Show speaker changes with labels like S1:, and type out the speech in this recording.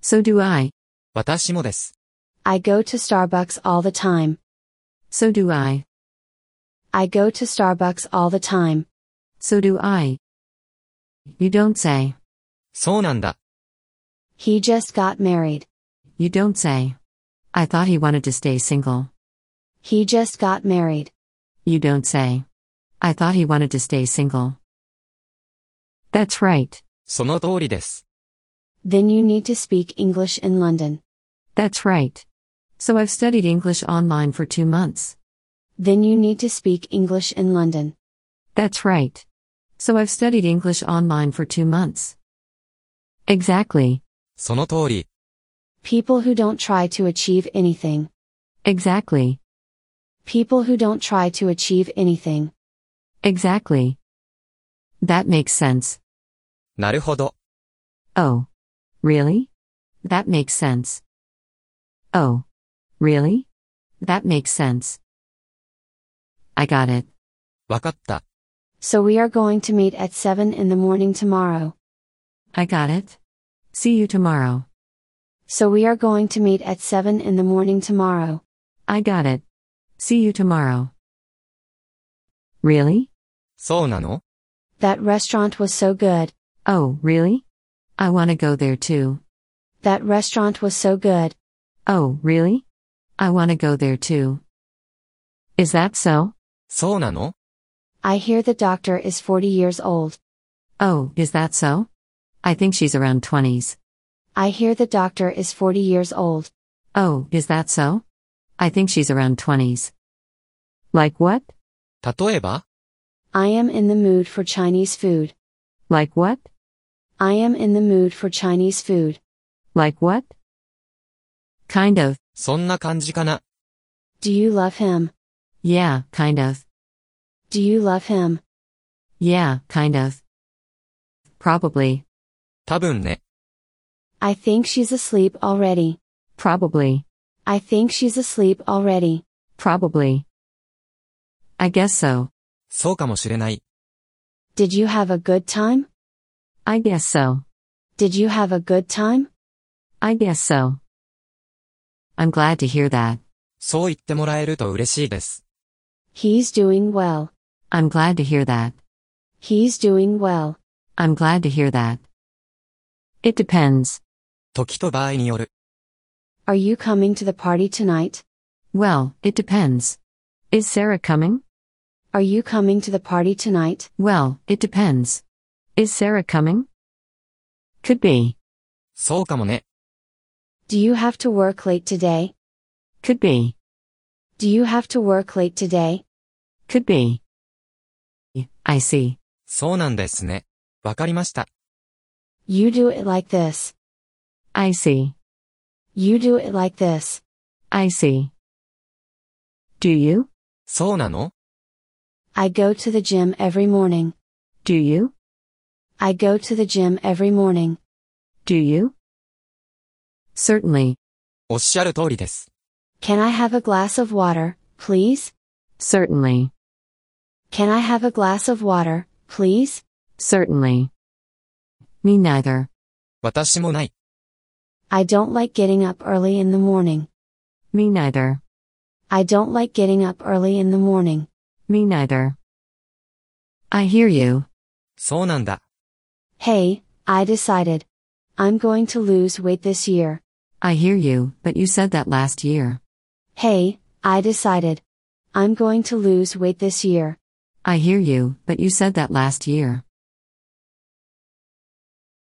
S1: So do I.
S2: 私もです。
S3: I go to Starbucks all the time.
S1: So do I.
S3: I go to Starbucks all the time.
S1: So do I. You don't say.
S2: そうなんだ。
S3: He just got married.
S1: You don't say. I thought he wanted to stay single.
S3: He just got married.
S1: You don't say. I thought he wanted to stay single. That's right.
S2: その通りです。
S3: Then you need to speak English in London.
S1: That's right. So I've studied English online for two months.
S3: Then you need to speak English in London.
S1: That's right. So I've studied English online for two months. Exactly.
S2: その通り。
S3: People who don't try to achieve anything.
S1: Exactly.
S3: People who don't try to achieve anything.
S1: Exactly. That makes sense.
S2: なるほど。
S1: Oh. Really? That makes sense. Oh. Really? That makes sense. I got it.
S2: わかった。
S3: So we are going to meet at 7 in the morning tomorrow.
S1: I got it. See you tomorrow.
S3: So we are going to meet at 7 in the morning tomorrow.
S1: I got it. See you tomorrow. Really?
S2: そうなの
S3: That restaurant was so good.
S1: Oh, really? I want to go there too.
S3: That restaurant was so good.
S1: Oh, really? I want to go there too. Is that so?
S2: そうなの
S3: I hear the doctor is 40 years old.
S1: Oh, is that so? I think she's around 20s.
S3: I hear the doctor is 40 years old.
S1: Oh, is that so? I think she's around 20s. Like what?
S2: 例えば
S3: I am in the mood for Chinese food.
S1: Like what?
S3: I am in the mood for Chinese food.
S1: Like what? Kind of.
S2: そんな感じかな。
S3: Do you love him?
S1: Yeah, kind of.
S3: Do you love him?
S1: Yeah, kind of. Probably.
S2: 多分ね。
S3: I think she's asleep already.
S1: Probably.
S3: I think she's asleep already.
S1: Probably. I guess so.
S2: そうかもしれない。
S3: Did you have a good time?
S1: I guess so.
S3: Did you have a good time?
S1: I guess so. I'm glad to hear that.
S2: そう言ってもらえると嬉しいです。
S3: He's doing well.
S1: I'm glad to hear that.
S3: He's doing well.
S1: I'm glad to hear that. It depends.
S2: 時と場合による。
S3: Are you coming to the party tonight?
S1: Well, it depends. Is Sarah coming?
S3: Are you coming to the party tonight?
S1: Well, it depends. Is Sarah coming? Could be.
S2: そうかもね。
S3: Do you have to work late today?
S1: Could be.
S3: Do you have to work late today?
S1: Could be. I see.
S2: そうなんですね。わかりました。
S3: You do it like this.
S1: I see.
S3: You do it like this.
S1: I see. Do you?
S2: そうなの
S3: I go to the gym every morning.
S1: Do you?
S3: I go to the gym every morning.
S1: Do you? Certainly.
S2: おっしゃる通りです。
S3: Can I have a glass of water, please?
S1: Certainly.
S3: Can I have a glass of water, please?
S1: Certainly. Me neither.
S2: 私もない。
S3: I don't like getting up early in the morning.
S1: Me neither.
S3: I don't like getting up early in the morning.
S1: Me neither. I hear you.
S2: そうなんだ。
S3: Hey, I decided. I'm going to lose weight this year.
S1: I hear you, but you said that last year.
S3: Hey, I decided. I'm going to lose weight this year.
S1: I hear you, but you said that last year.